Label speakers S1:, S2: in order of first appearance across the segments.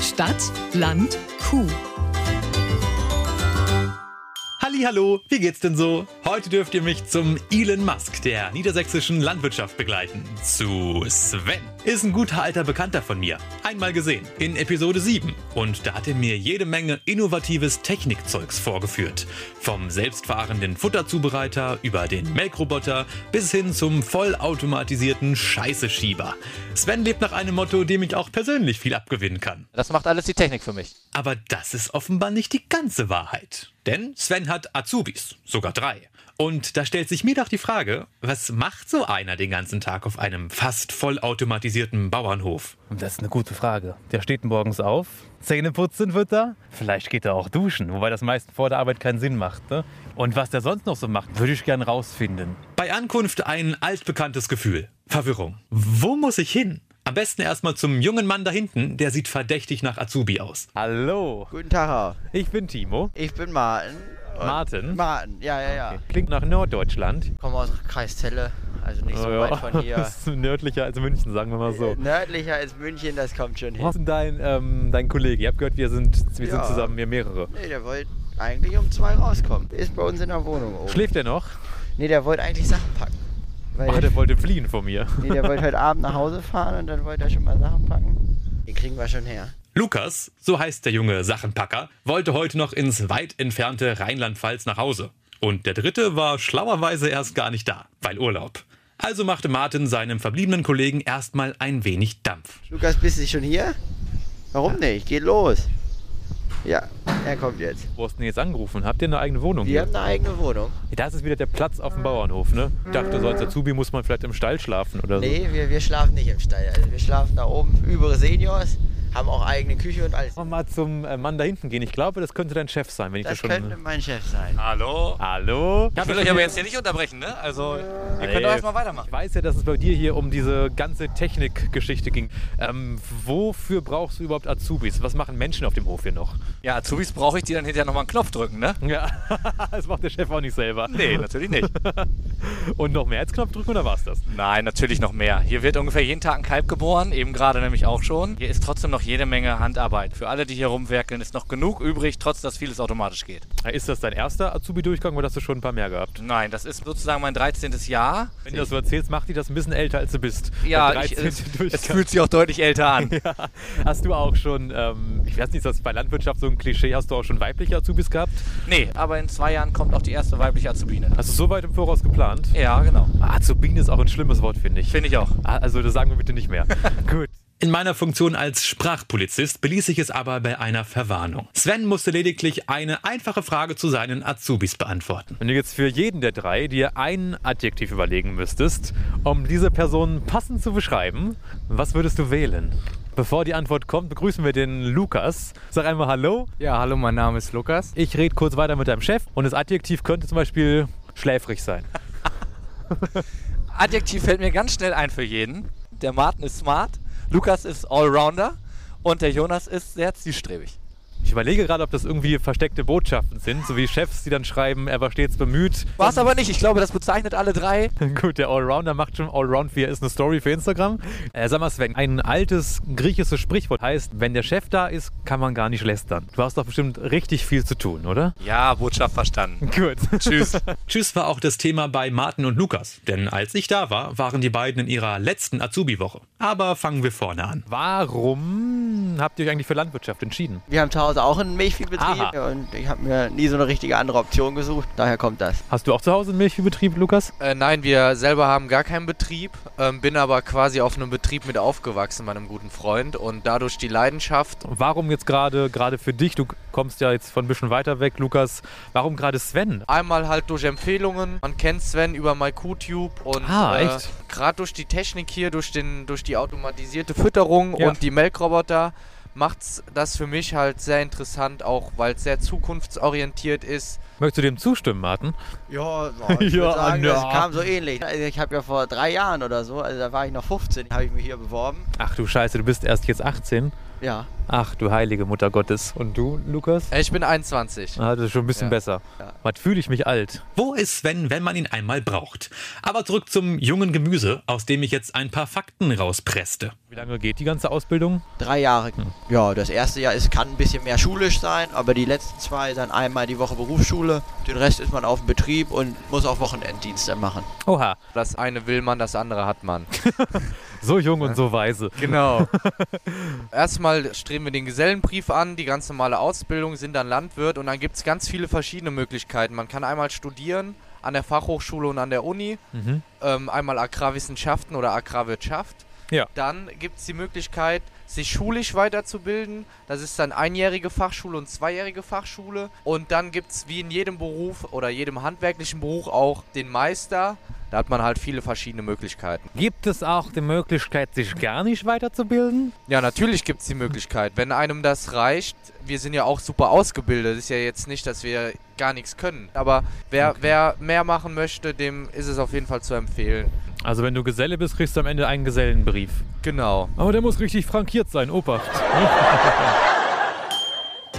S1: Stadt, Land, Kuh.
S2: Hallo, wie geht's denn so? Heute dürft ihr mich zum Elon Musk der niedersächsischen Landwirtschaft begleiten. Zu Sven. Ist ein guter alter Bekannter von mir. Einmal gesehen, in Episode 7. Und da hat er mir jede Menge innovatives Technikzeugs vorgeführt. Vom selbstfahrenden Futterzubereiter über den Melkroboter bis hin zum vollautomatisierten Scheißeschieber. Sven lebt nach einem Motto, dem ich auch persönlich viel abgewinnen kann.
S3: Das macht alles die Technik für mich.
S2: Aber das ist offenbar nicht die ganze Wahrheit. Denn Sven hat Azubis, sogar drei. Und da stellt sich mir doch die Frage, was macht so einer den ganzen Tag auf einem fast vollautomatisierten Bauernhof?
S4: Das ist eine gute Frage. Der steht morgens auf, Zähne putzen wird er, vielleicht geht er auch duschen, wobei das meistens vor der Arbeit keinen Sinn macht. Ne? Und was der sonst noch so macht, würde ich gern rausfinden.
S2: Bei Ankunft ein altbekanntes Gefühl. Verwirrung. Wo muss ich hin? Am besten erstmal zum jungen Mann da hinten, der sieht verdächtig nach Azubi aus.
S4: Hallo,
S5: Guten Tag, Herr.
S4: ich bin Timo.
S5: ich bin Martin. Und
S4: Martin?
S5: Martin, ja, ja, ja.
S4: Klingt nach Norddeutschland.
S5: Ich komme aus Kreis Celle, also nicht so
S4: Oh ja.
S5: weit von hier.
S4: Das ist nördlicher als München, sagen wir mal so.
S5: Nördlicher als München, das kommt schon hin.
S4: Was ist denn dein, ähm, dein Kollege? Ihr habt gehört, wir sind, wir sind
S5: Ja. Oh.
S4: zusammen, wir mehrere.
S5: Nee, der wollte eigentlich um zwei rauskommen. Ist bei uns in der Wohnung oben.
S4: Schläft er noch?
S5: Nee, der wollte eigentlich Sachen packen. Weil
S4: Ach, der wollte fliehen von mir.
S5: nee, der wollte heute Abend nach Hause fahren und dann wollte er schon mal Sachen packen. Den kriegen wir schon her.
S2: Lukas, so heißt der junge Sachenpacker, wollte heute noch ins weit entfernte Rheinland-Pfalz nach Hause. Und der dritte war schlauerweise erst gar nicht da, weil Urlaub. Also machte Martin seinem verbliebenen Kollegen erstmal ein wenig Dampf.
S5: Lukas, bist du schon hier? Warum nicht? Geht los. Ja, er kommt jetzt.
S4: Wo hast du denn jetzt angerufen? Habt ihr eine eigene Wohnung?
S5: Wir
S4: hier?
S5: haben eine eigene Wohnung.
S4: Das ist wieder der Platz auf dem Bauernhof, ne? Ich dachte, so als Azubi muss man vielleicht im Stall schlafen oder so.
S5: Nee, wir, wir schlafen nicht im Stall. Also wir schlafen da oben, über Seniors, haben auch eigene Küche und alles.
S4: Wollen wir mal zum äh, Mann da hinten gehen. Ich glaube, das könnte dein Chef sein, wenn ich das,
S5: Das
S4: schon. ne? Ah.
S5: könnte mein Chef sein.
S6: Hallo?
S4: Hallo?
S6: Ich will euch aber jetzt hier nicht unterbrechen, ne? Also, ihr könnt
S4: Nee.
S6: doch erstmal weitermachen.
S4: Ich weiß ja, dass es bei dir hier um diese ganze Technikgeschichte ging. Ähm, wofür brauchst du überhaupt Azubis? Was machen Menschen auf dem Hof hier noch?
S6: Ja, Azubis brauche ich, die dann hinterher nochmal einen Knopf drücken, ne?
S4: Ja, das macht der Chef auch nicht selber.
S6: Nee, natürlich nicht.
S4: Und noch mehr Herzknopf drücken oder war's das?
S6: Nein, natürlich noch mehr. Hier wird ungefähr jeden Tag ein Kalb geboren, eben gerade nämlich auch schon. Hier ist trotzdem noch jede Menge Handarbeit. Für alle, die hier rumwerkeln, ist noch genug übrig, trotz dass vieles automatisch geht.
S4: Ist das dein erster Azubi-Durchgang oder hast du schon ein paar mehr gehabt?
S6: Nein, das ist sozusagen mein 13. Jahr.
S4: Wenn du das so erzählst, macht die das ein bisschen älter, als du bist.
S6: Ja,
S4: Der
S6: ich,
S4: 13.
S6: es, es
S4: Durchgang.
S6: fühlt sich auch deutlich älter an.
S4: Ja, hast du auch schon, ähm, ich weiß nicht, ist das bei Landwirtschaft so ein Klischee, hast du auch schon weibliche Azubis gehabt?
S6: Nee, aber in zwei Jahren kommt auch die erste weibliche Azubine.
S4: Hast du so weit im Voraus geplant?
S2: Äh,
S6: Ja, genau.
S4: Azubine ist auch ein schlimmes Wort, finde ich.
S6: Finde ich auch.
S4: Ah, Also das sagen wir bitte nicht mehr. Gut.
S2: In meiner Funktion als Sprachpolizist beließ ich es aber bei einer Verwarnung. Sven musste lediglich eine einfache Frage zu seinen Azubis beantworten.
S4: Wenn du jetzt für jeden der drei dir ein Adjektiv überlegen müsstest, um diese Person passend zu beschreiben, was würdest du wählen? Bevor die Antwort kommt, begrüßen wir den Lukas. Sag einmal Hallo.
S7: Ja, hallo, mein Name ist Lukas.
S4: Ich rede kurz weiter mit deinem Chef und das Adjektiv könnte zum Beispiel schläfrig sein.
S6: Adjektiv fällt mir ganz schnell ein für jeden. Der Martin ist smart, Lukas ist Allrounder und der Jonas ist sehr zielstrebig.
S4: Ich überlege gerade, ob das irgendwie versteckte Botschaften sind, so wie Chefs, die dann schreiben, er war stets bemüht.
S6: War es aber nicht. Ich glaube, das bezeichnet alle drei.
S4: Gut, der Allrounder macht schon Allround, wie er ist, eine Story für Instagram. Äh, sag mal, Sven, ein altes griechisches Sprichwort heißt, wenn der Chef da ist, kann man gar nicht lästern. Du hast doch bestimmt richtig viel zu tun, oder?
S6: Ja, Botschaft verstanden.
S4: Gut.
S6: Tschüss.
S2: Tschüss war auch das Thema bei Martin und Lukas, denn als ich da war, waren die beiden in ihrer letzten Azubi-Woche. Aber fangen wir vorne an.
S4: Warum habt ihr euch eigentlich für Landwirtschaft entschieden?
S5: Wir haben zu Hause auch einen Milchviehbetrieb
S4: Aha.
S5: und ich habe mir nie so eine richtige andere Option gesucht. Daher kommt das.
S4: Hast du auch zu Hause einen Milchviehbetrieb, Lukas?
S7: Äh, nein, wir selber haben gar keinen Betrieb, ähm, bin aber quasi auf einem Betrieb mit aufgewachsen bei einem guten Freund und dadurch die Leidenschaft.
S4: Warum jetzt gerade, gerade für dich, du kommst ja jetzt von ein bisschen weiter weg, Lukas, warum gerade Sven?
S7: Einmal halt durch Empfehlungen. Man kennt Sven über MyQTube und
S4: Ah,
S7: äh,
S4: echt?
S7: gerade durch die Technik hier, durch, den, durch die automatisierte Fütterung
S4: Ja.
S7: und die Melkroboter macht's das für mich halt sehr interessant, auch weil es sehr zukunftsorientiert ist.
S4: Möchtest du dem zustimmen, Martin?
S5: Ja, ich würd
S4: Ja,
S5: sagen,
S4: na.
S5: das kam so ähnlich. Also ich habe ja vor drei Jahren oder so, also da war ich noch 15, habe ich mich hier beworben.
S4: Ach du Scheiße, du bist erst jetzt 18.
S5: Ja.
S4: Ach, du heilige Mutter Gottes. Und du, Lukas?
S7: Äh, Ich bin 21.
S4: Ah, das ist schon ein bisschen
S7: Ja.
S4: besser. Was fühle ich mich alt?
S2: Wo ist Sven, wenn man ihn einmal braucht? Aber zurück zum jungen Gemüse, aus dem ich jetzt ein paar Fakten rauspresste.
S4: Wie lange geht die ganze Ausbildung?
S5: Drei Jahre.
S4: Hm.
S5: Ja, das erste Jahr ist, kann ein bisschen mehr schulisch sein, aber die letzten zwei dann einmal die Woche Berufsschule. Den Rest ist man auf dem Betrieb und muss auch Wochenenddienst dann machen.
S4: Oha,
S7: Das eine will man, das andere hat man.
S4: so jung und so weise.
S7: Genau. Erstmal streben wir den Gesellenbrief an, die ganz normale Ausbildung, sind dann Landwirt und dann gibt es ganz viele verschiedene Möglichkeiten. Man kann einmal studieren an der Fachhochschule und an der Uni,
S4: Mhm.
S7: ähm, einmal Agrarwissenschaften oder Agrarwirtschaft.
S4: Ja.
S7: Dann gibt es die Möglichkeit, sich schulisch weiterzubilden. Das ist dann einjährige Fachschule und zweijährige Fachschule. Und dann gibt es wie in jedem Beruf oder jedem handwerklichen Beruf auch den Meister. Da hat man halt viele verschiedene Möglichkeiten.
S4: Gibt es auch die Möglichkeit, sich gar nicht weiterzubilden?
S7: Ja, natürlich gibt es die Möglichkeit. Wenn einem das reicht, wir sind ja auch super ausgebildet. Ist ja jetzt nicht, dass wir gar nichts können. Aber wer, wer mehr machen möchte, dem ist es auf jeden Fall zu empfehlen.
S4: Also wenn du Geselle bist, kriegst du am Ende einen Gesellenbrief.
S7: Genau.
S4: Aber der muss richtig frankiert sein, Obacht.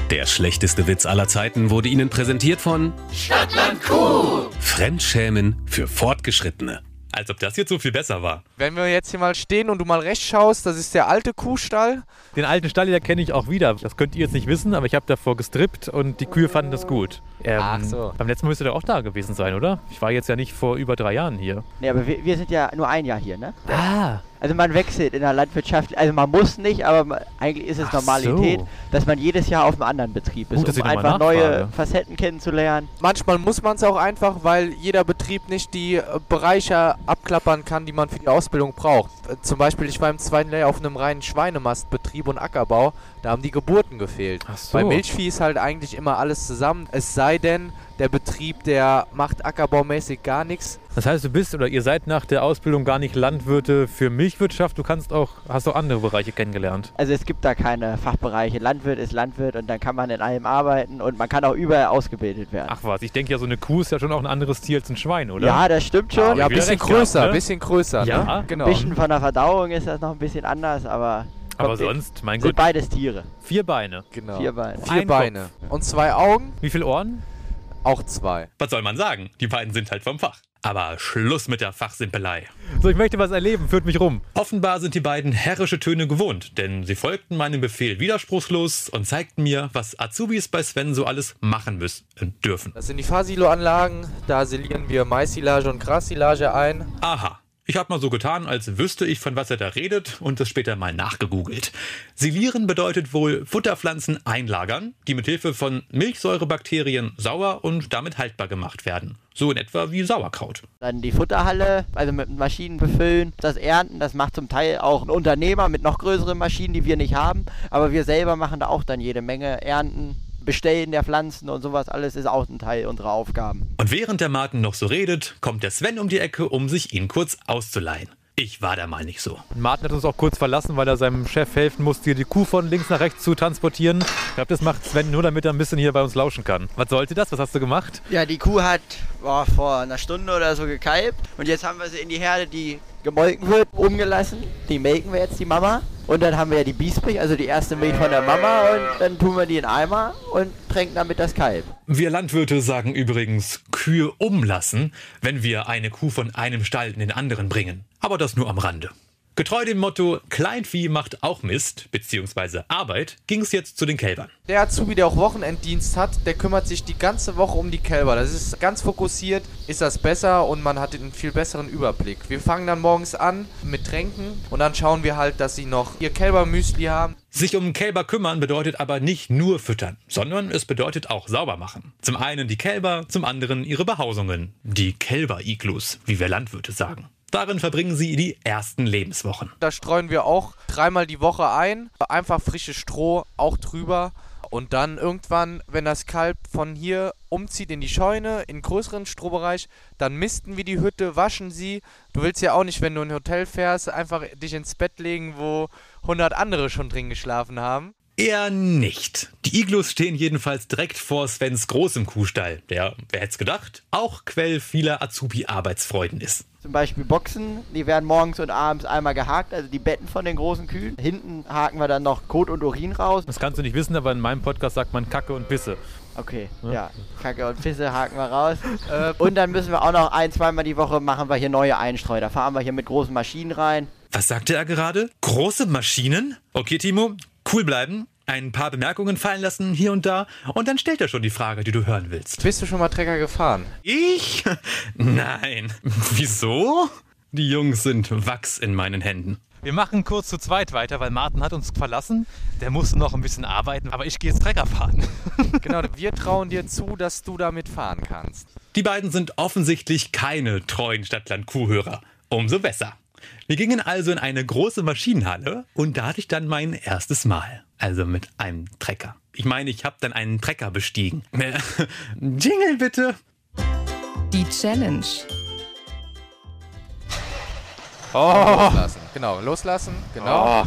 S3: Der schlechteste Witz aller Zeiten wurde Ihnen präsentiert von Stadtland Q. Fremdschämen für Fortgeschrittene.
S2: Als ob das jetzt so viel besser war.
S7: Wenn wir jetzt hier mal stehen und du mal rechts schaust, das ist der alte Kuhstall.
S4: Den alten Stall, der kenne ich auch wieder. Das könnt ihr jetzt nicht wissen, aber ich habe davor gestrippt und die Kühe fanden das gut. Ähm,
S7: Ach so.
S4: Beim letzten Mal müsst ihr doch auch da gewesen sein, oder? Ich war jetzt ja nicht vor über drei Jahren hier.
S5: Ne, aber wir, wir sind ja nur ein Jahr hier, ne?
S4: Ah,
S5: Also man wechselt in der Landwirtschaft, also man muss nicht, aber ma- eigentlich ist es
S4: Ach
S5: Normalität,
S4: so.
S5: dass man jedes Jahr auf einem anderen Betrieb ist,
S4: Gut, dass
S5: um
S4: ich nochmal
S5: einfach neue
S4: nachfrage.
S5: Facetten kennenzulernen.
S7: Manchmal muss man es auch einfach, weil jeder Betrieb nicht die äh, Bereiche abklappern kann, die man für die Ausbildung braucht. Äh, Zum Beispiel, ich war im zweiten Lehrjahr auf einem reinen Schweinemastbetrieb und Ackerbau, da haben die Geburten gefehlt.
S4: Ach so.
S7: Bei Milchvieh ist halt eigentlich immer alles zusammen, es sei denn, der Betrieb, der macht ackerbaumäßig gar nichts.
S4: das heißt, du bist oder ihr seid nach der Ausbildung gar nicht Landwirte für Milchwirtschaft. Du kannst auch, hast auch andere Bereiche kennengelernt.
S5: Also es gibt da keine Fachbereiche. Landwirt ist Landwirt und dann kann man in allem arbeiten und man kann auch überall ausgebildet werden.
S4: Ach was, ich denke ja, so eine Kuh ist ja schon auch ein anderes Tier als ein Schwein, oder?
S5: ja, das stimmt schon.
S4: Aber
S7: Ja,
S4: wieder
S7: bisschen
S4: recht gehabt,
S7: größer,
S4: ne?
S7: bisschen größer.
S4: Ja.
S7: ne? genau.
S5: Ein bisschen von der Verdauung ist das noch ein bisschen anders, aber,
S4: Aber
S5: kommt- eh.
S4: sonst, mein
S5: sind
S4: Gott,
S5: beides Tiere.
S4: vier Beine.
S7: genau.
S5: Vier Beine.
S7: Vier
S4: Ein
S7: Beine. Und zwei Augen,
S4: Wie viele Ohren?
S7: auch zwei.
S2: Was soll man sagen? Die beiden sind halt vom Fach. Aber Schluss mit der Fachsimpelei.
S4: So, ich möchte was erleben, führt mich rum.
S2: Offenbar sind die beiden herrische Töne gewohnt, denn sie folgten meinem Befehl widerspruchslos und zeigten mir, was Azubis bei Sven so alles machen müssen äh, dürfen.
S7: Das sind die Fahrsilo-Anlagen, da silieren wir Mais-Silage und Grassilage ein.
S2: Aha. Ich habe mal so getan, als wüsste ich, von was er da redet und das später mal nachgegoogelt. Silieren bedeutet wohl Futterpflanzen einlagern, die mit Hilfe von Milchsäurebakterien sauer und damit haltbar gemacht werden. So in etwa wie Sauerkraut.
S5: Dann die Futterhalle, also mit Maschinen befüllen, das Ernten, das macht zum Teil auch ein Unternehmer mit noch größeren Maschinen, die wir nicht haben, aber wir selber machen da auch dann jede Menge Ernten, Bestellen der Pflanzen und sowas, alles ist auch ein Teil unserer Aufgaben.
S2: Und während der Martin noch so redet, kommt der Sven um die Ecke, um sich ihn kurz auszuleihen. Ich war da mal nicht so.
S4: Martin hat uns auch kurz verlassen, weil er seinem Chef helfen musste, hier die Kuh von links nach rechts zu transportieren. Ich glaube, das macht Sven nur, damit er ein bisschen hier bei uns lauschen kann. Was sollte das? Was hast du gemacht?
S5: Ja, die Kuh hat boah, vor einer Stunde oder so gekalbt und jetzt haben wir sie in die Herde, die gemolken wird, umgelassen. Die melken wir jetzt, die Mama. Und dann haben wir ja die Biesmilch, also die erste Milch von der Mama und dann tun wir die in Eimer und tränken damit das Kalb.
S2: Wir Landwirte sagen übrigens Kühe umlassen, wenn wir eine Kuh von einem Stall in den anderen bringen. Aber das nur am Rande. Getreu dem Motto, Kleinvieh macht auch Mist, beziehungsweise Arbeit, ging es jetzt zu den Kälbern.
S7: Der Azubi, der auch Wochenenddienst hat, der kümmert sich die ganze Woche um die Kälber. Das ist ganz fokussiert, ist das besser und man hat einen viel besseren Überblick. Wir fangen dann morgens an mit Tränken und dann schauen wir halt, dass sie noch ihr Kälbermüsli haben.
S2: Sich um Kälber kümmern bedeutet aber nicht nur füttern, sondern es bedeutet auch sauber machen. Zum einen die Kälber, zum anderen ihre Behausungen. Die Kälber-Iglus, wie wir Landwirte sagen. Darin verbringen sie die ersten Lebenswochen.
S7: Da streuen wir auch dreimal die Woche ein, einfach frisches Stroh auch drüber. Und dann irgendwann, wenn das Kalb von hier umzieht in die Scheune, in den größeren Strohbereich, dann misten wir die Hütte, waschen sie. Du willst ja auch nicht, wenn du in ein Hotel fährst, einfach dich ins Bett legen, wo 100 andere schon drin geschlafen haben.
S2: Eher nicht. Die Iglus stehen jedenfalls direkt vor Svens großem Kuhstall, der, wer hätt's gedacht, auch Quell vieler Azubi-Arbeitsfreuden ist.
S5: Zum Beispiel Boxen, die werden morgens und abends einmal gehakt, also die Betten von den großen Kühen. Hinten haken wir dann noch Kot und Urin raus.
S4: Das kannst du nicht wissen, aber in meinem Podcast sagt man Kacke und Pisse.
S5: Okay, ja. Kacke und Pisse haken wir raus. Äh, und dann müssen wir auch noch ein, zweimal die Woche machen wir hier neue Einstreu. Da fahren wir hier mit großen Maschinen rein.
S2: Was sagte er gerade? Große Maschinen? Okay, Timo, cool bleiben, ein paar Bemerkungen fallen lassen hier und da und dann stellt er schon die Frage, die du hören willst.
S7: Bist du schon mal Trecker gefahren?
S2: Ich? Nein. Wieso? Die Jungs sind Wachs in meinen Händen.
S4: Wir machen kurz zu zweit weiter, weil Martin hat uns verlassen. Der musste noch ein bisschen arbeiten, aber ich gehe jetzt Trecker fahren.
S7: Genau, wir trauen dir zu, dass du damit fahren kannst.
S2: Die beiden sind offensichtlich keine treuen Stadtland-Kuhhörer. Umso besser. Wir gingen also in eine große Maschinenhalle und da hatte ich dann mein erstes Mal. Also mit einem Trecker. Ich meine, ich habe dann einen Trecker bestiegen. Jingle bitte.
S1: Die Challenge.
S7: Loslassen. Genau, loslassen. Genau.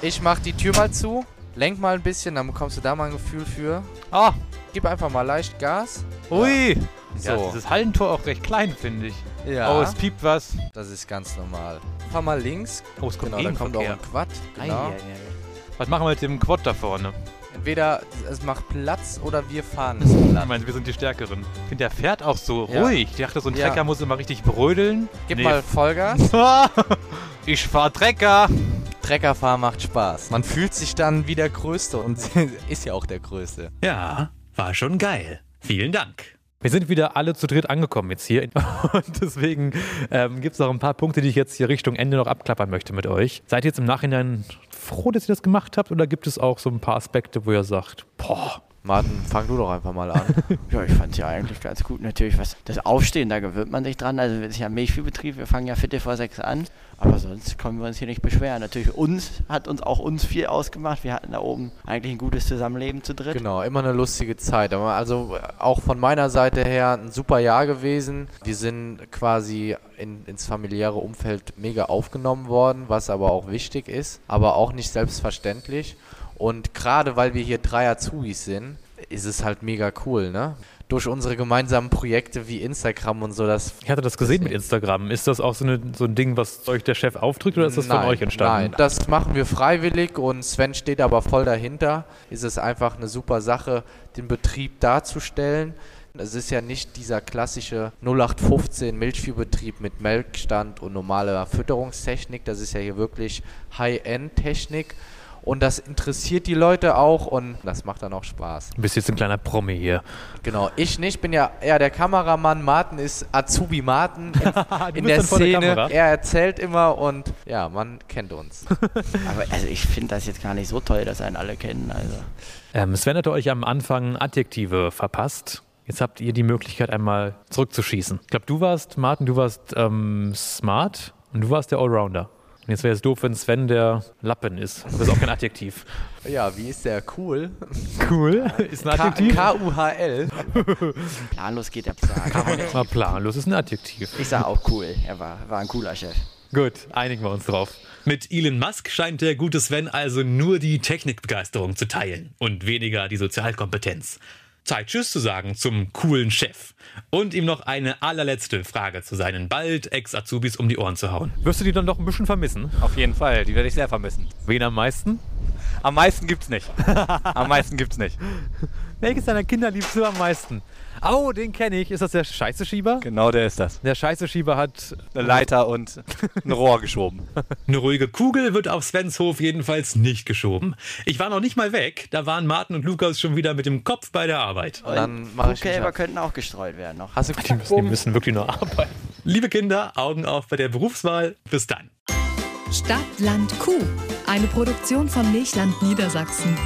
S7: Ich mach die Tür mal zu, lenk mal ein bisschen, dann bekommst du da mal ein Gefühl für.
S4: Ah,
S7: Gib einfach mal leicht Gas.
S4: ui.
S7: So.
S4: Ja, dieses Halt- Hallentor auch recht klein, finde ich.
S7: Ja.
S4: Oh, es piept was.
S7: Das ist ganz normal. Fahr mal links.
S4: Oh, es kommt
S7: Genau, da kommt auch ein
S4: Gegenverkehr.
S7: Quad. Genau.
S4: Was machen wir mit dem Quad da vorne?
S7: Entweder es macht Platz oder wir fahren es
S4: Ich
S7: platt.
S4: meine, wir sind die Stärkeren. Ich finde, der fährt auch so
S7: Ja.
S4: ruhig. Ich dachte, so ein
S7: Ja.
S4: Trecker muss immer richtig brödeln.
S7: Gib
S4: Nee.
S7: mal Vollgas.
S4: ich fahr Trecker.
S7: Treckerfahren macht Spaß. Man fühlt sich dann wie der Größte und ist ja auch der Größte.
S2: Ja, war schon geil. Vielen Dank.
S4: Wir sind wieder alle zu dritt angekommen jetzt hier. Und deswegen ähm, gibt es noch ein paar Punkte, die ich jetzt hier Richtung Ende noch abklappern möchte mit euch. Seid ihr jetzt im Nachhinein froh, dass ihr das gemacht habt? Oder gibt es auch so ein paar Aspekte, wo ihr sagt, boah,
S7: Martin, fang du doch einfach mal an.
S5: Ja, ich fand's ja eigentlich ganz gut. Natürlich, was das Aufstehen, da gewöhnt man sich dran. Also, es ist ja ein Milchviehbetrieb, wir fangen ja Viertel vor sechs an. Aber sonst können wir uns hier nicht beschweren. Natürlich, uns hat uns auch uns viel ausgemacht. Wir hatten da oben eigentlich ein gutes Zusammenleben zu dritt.
S7: genau, immer eine lustige Zeit. Aber Also äh, auch von meiner Seite her ein super Jahr gewesen. Wir sind quasi in, ins familiäre Umfeld mega aufgenommen worden, was aber auch wichtig ist, aber auch nicht selbstverständlich. Und gerade weil wir hier drei Azubis sind, ist es halt mega cool, ne? Durch unsere gemeinsamen Projekte wie Instagram und so, das
S4: ich hatte das gesehen mit Instagram. Ist das auch so, eine, so ein Ding, was euch der Chef aufdrückt oder ist das von euch entstanden?
S7: Nein, das machen wir freiwillig und Sven steht aber voll dahinter. Es ist einfach eine super Sache, den Betrieb darzustellen. Es ist ja nicht dieser klassische 0815 Milchviehbetrieb mit Melkstand und normaler Fütterungstechnik. Das ist ja hier wirklich High-End-Technik. Und das interessiert die Leute auch und das macht dann auch Spaß.
S4: Du bist jetzt ein kleiner Promi hier.
S7: Genau, ich nicht, bin ja eher der Kameramann. Martin ist Azubi Martin in, in
S4: bist
S7: der
S4: dann vor der
S7: Szene.
S4: Kamera.
S7: er erzählt immer und ja, man kennt uns.
S5: Aber also ich finde das jetzt gar nicht so toll, dass einen alle kennen. Also.
S4: Ähm, Sven hatte euch am Anfang Adjektive verpasst. Jetzt habt ihr die Möglichkeit, einmal zurückzuschießen. Ich glaube, du warst, Martin, du warst ähm, smart und du warst der Allrounder. Und jetzt wäre es doof, wenn Sven der Lappen ist. Das ist auch kein Adjektiv.
S7: Ja, wie ist der cool?
S4: Cool. Ist ein Adjektiv.
S7: K-U-H-L.
S5: Planlos geht der Plan.
S4: Mal planlos ist ein Adjektiv.
S5: Ich sah auch cool. Er war, war ein cooler Chef.
S4: Gut, einigen wir uns drauf.
S2: Mit Elon Musk scheint der gute Sven also nur die Technikbegeisterung zu teilen und weniger die Sozialkompetenz. Zeit Tschüss zu sagen zum coolen Chef und ihm noch eine allerletzte Frage zu seinen bald Ex-Azubis um die Ohren zu hauen.
S4: Wirst du die dann doch ein bisschen vermissen?
S6: Auf jeden Fall, die werde ich sehr vermissen.
S4: Wen am meisten?
S6: Am meisten gibt's nicht. Am meisten gibt's nicht.
S4: Welches deiner Kinder liebst du am meisten? Oh, den kenne ich. Ist das der Scheißeschieber?
S6: Genau der ist das.
S4: Der Scheißeschieber hat
S6: Eine Leiter und ein Rohr geschoben.
S2: Eine ruhige Kugel wird auf Svens Hof jedenfalls nicht geschoben. Ich war noch nicht mal weg, da waren Martin und Lukas schon wieder mit dem Kopf bei der Arbeit.
S5: Und
S7: Dann mach ich mich
S5: Kuhkälber
S7: ab.
S5: könnten auch gestreut werden noch.
S7: Hast du
S4: Die müssen wirklich nur arbeiten.
S2: Liebe Kinder, Augen auf bei der Berufswahl. Bis dann.
S1: Stadt, Land, Kuh. Eine Produktion von Milchland Niedersachsen.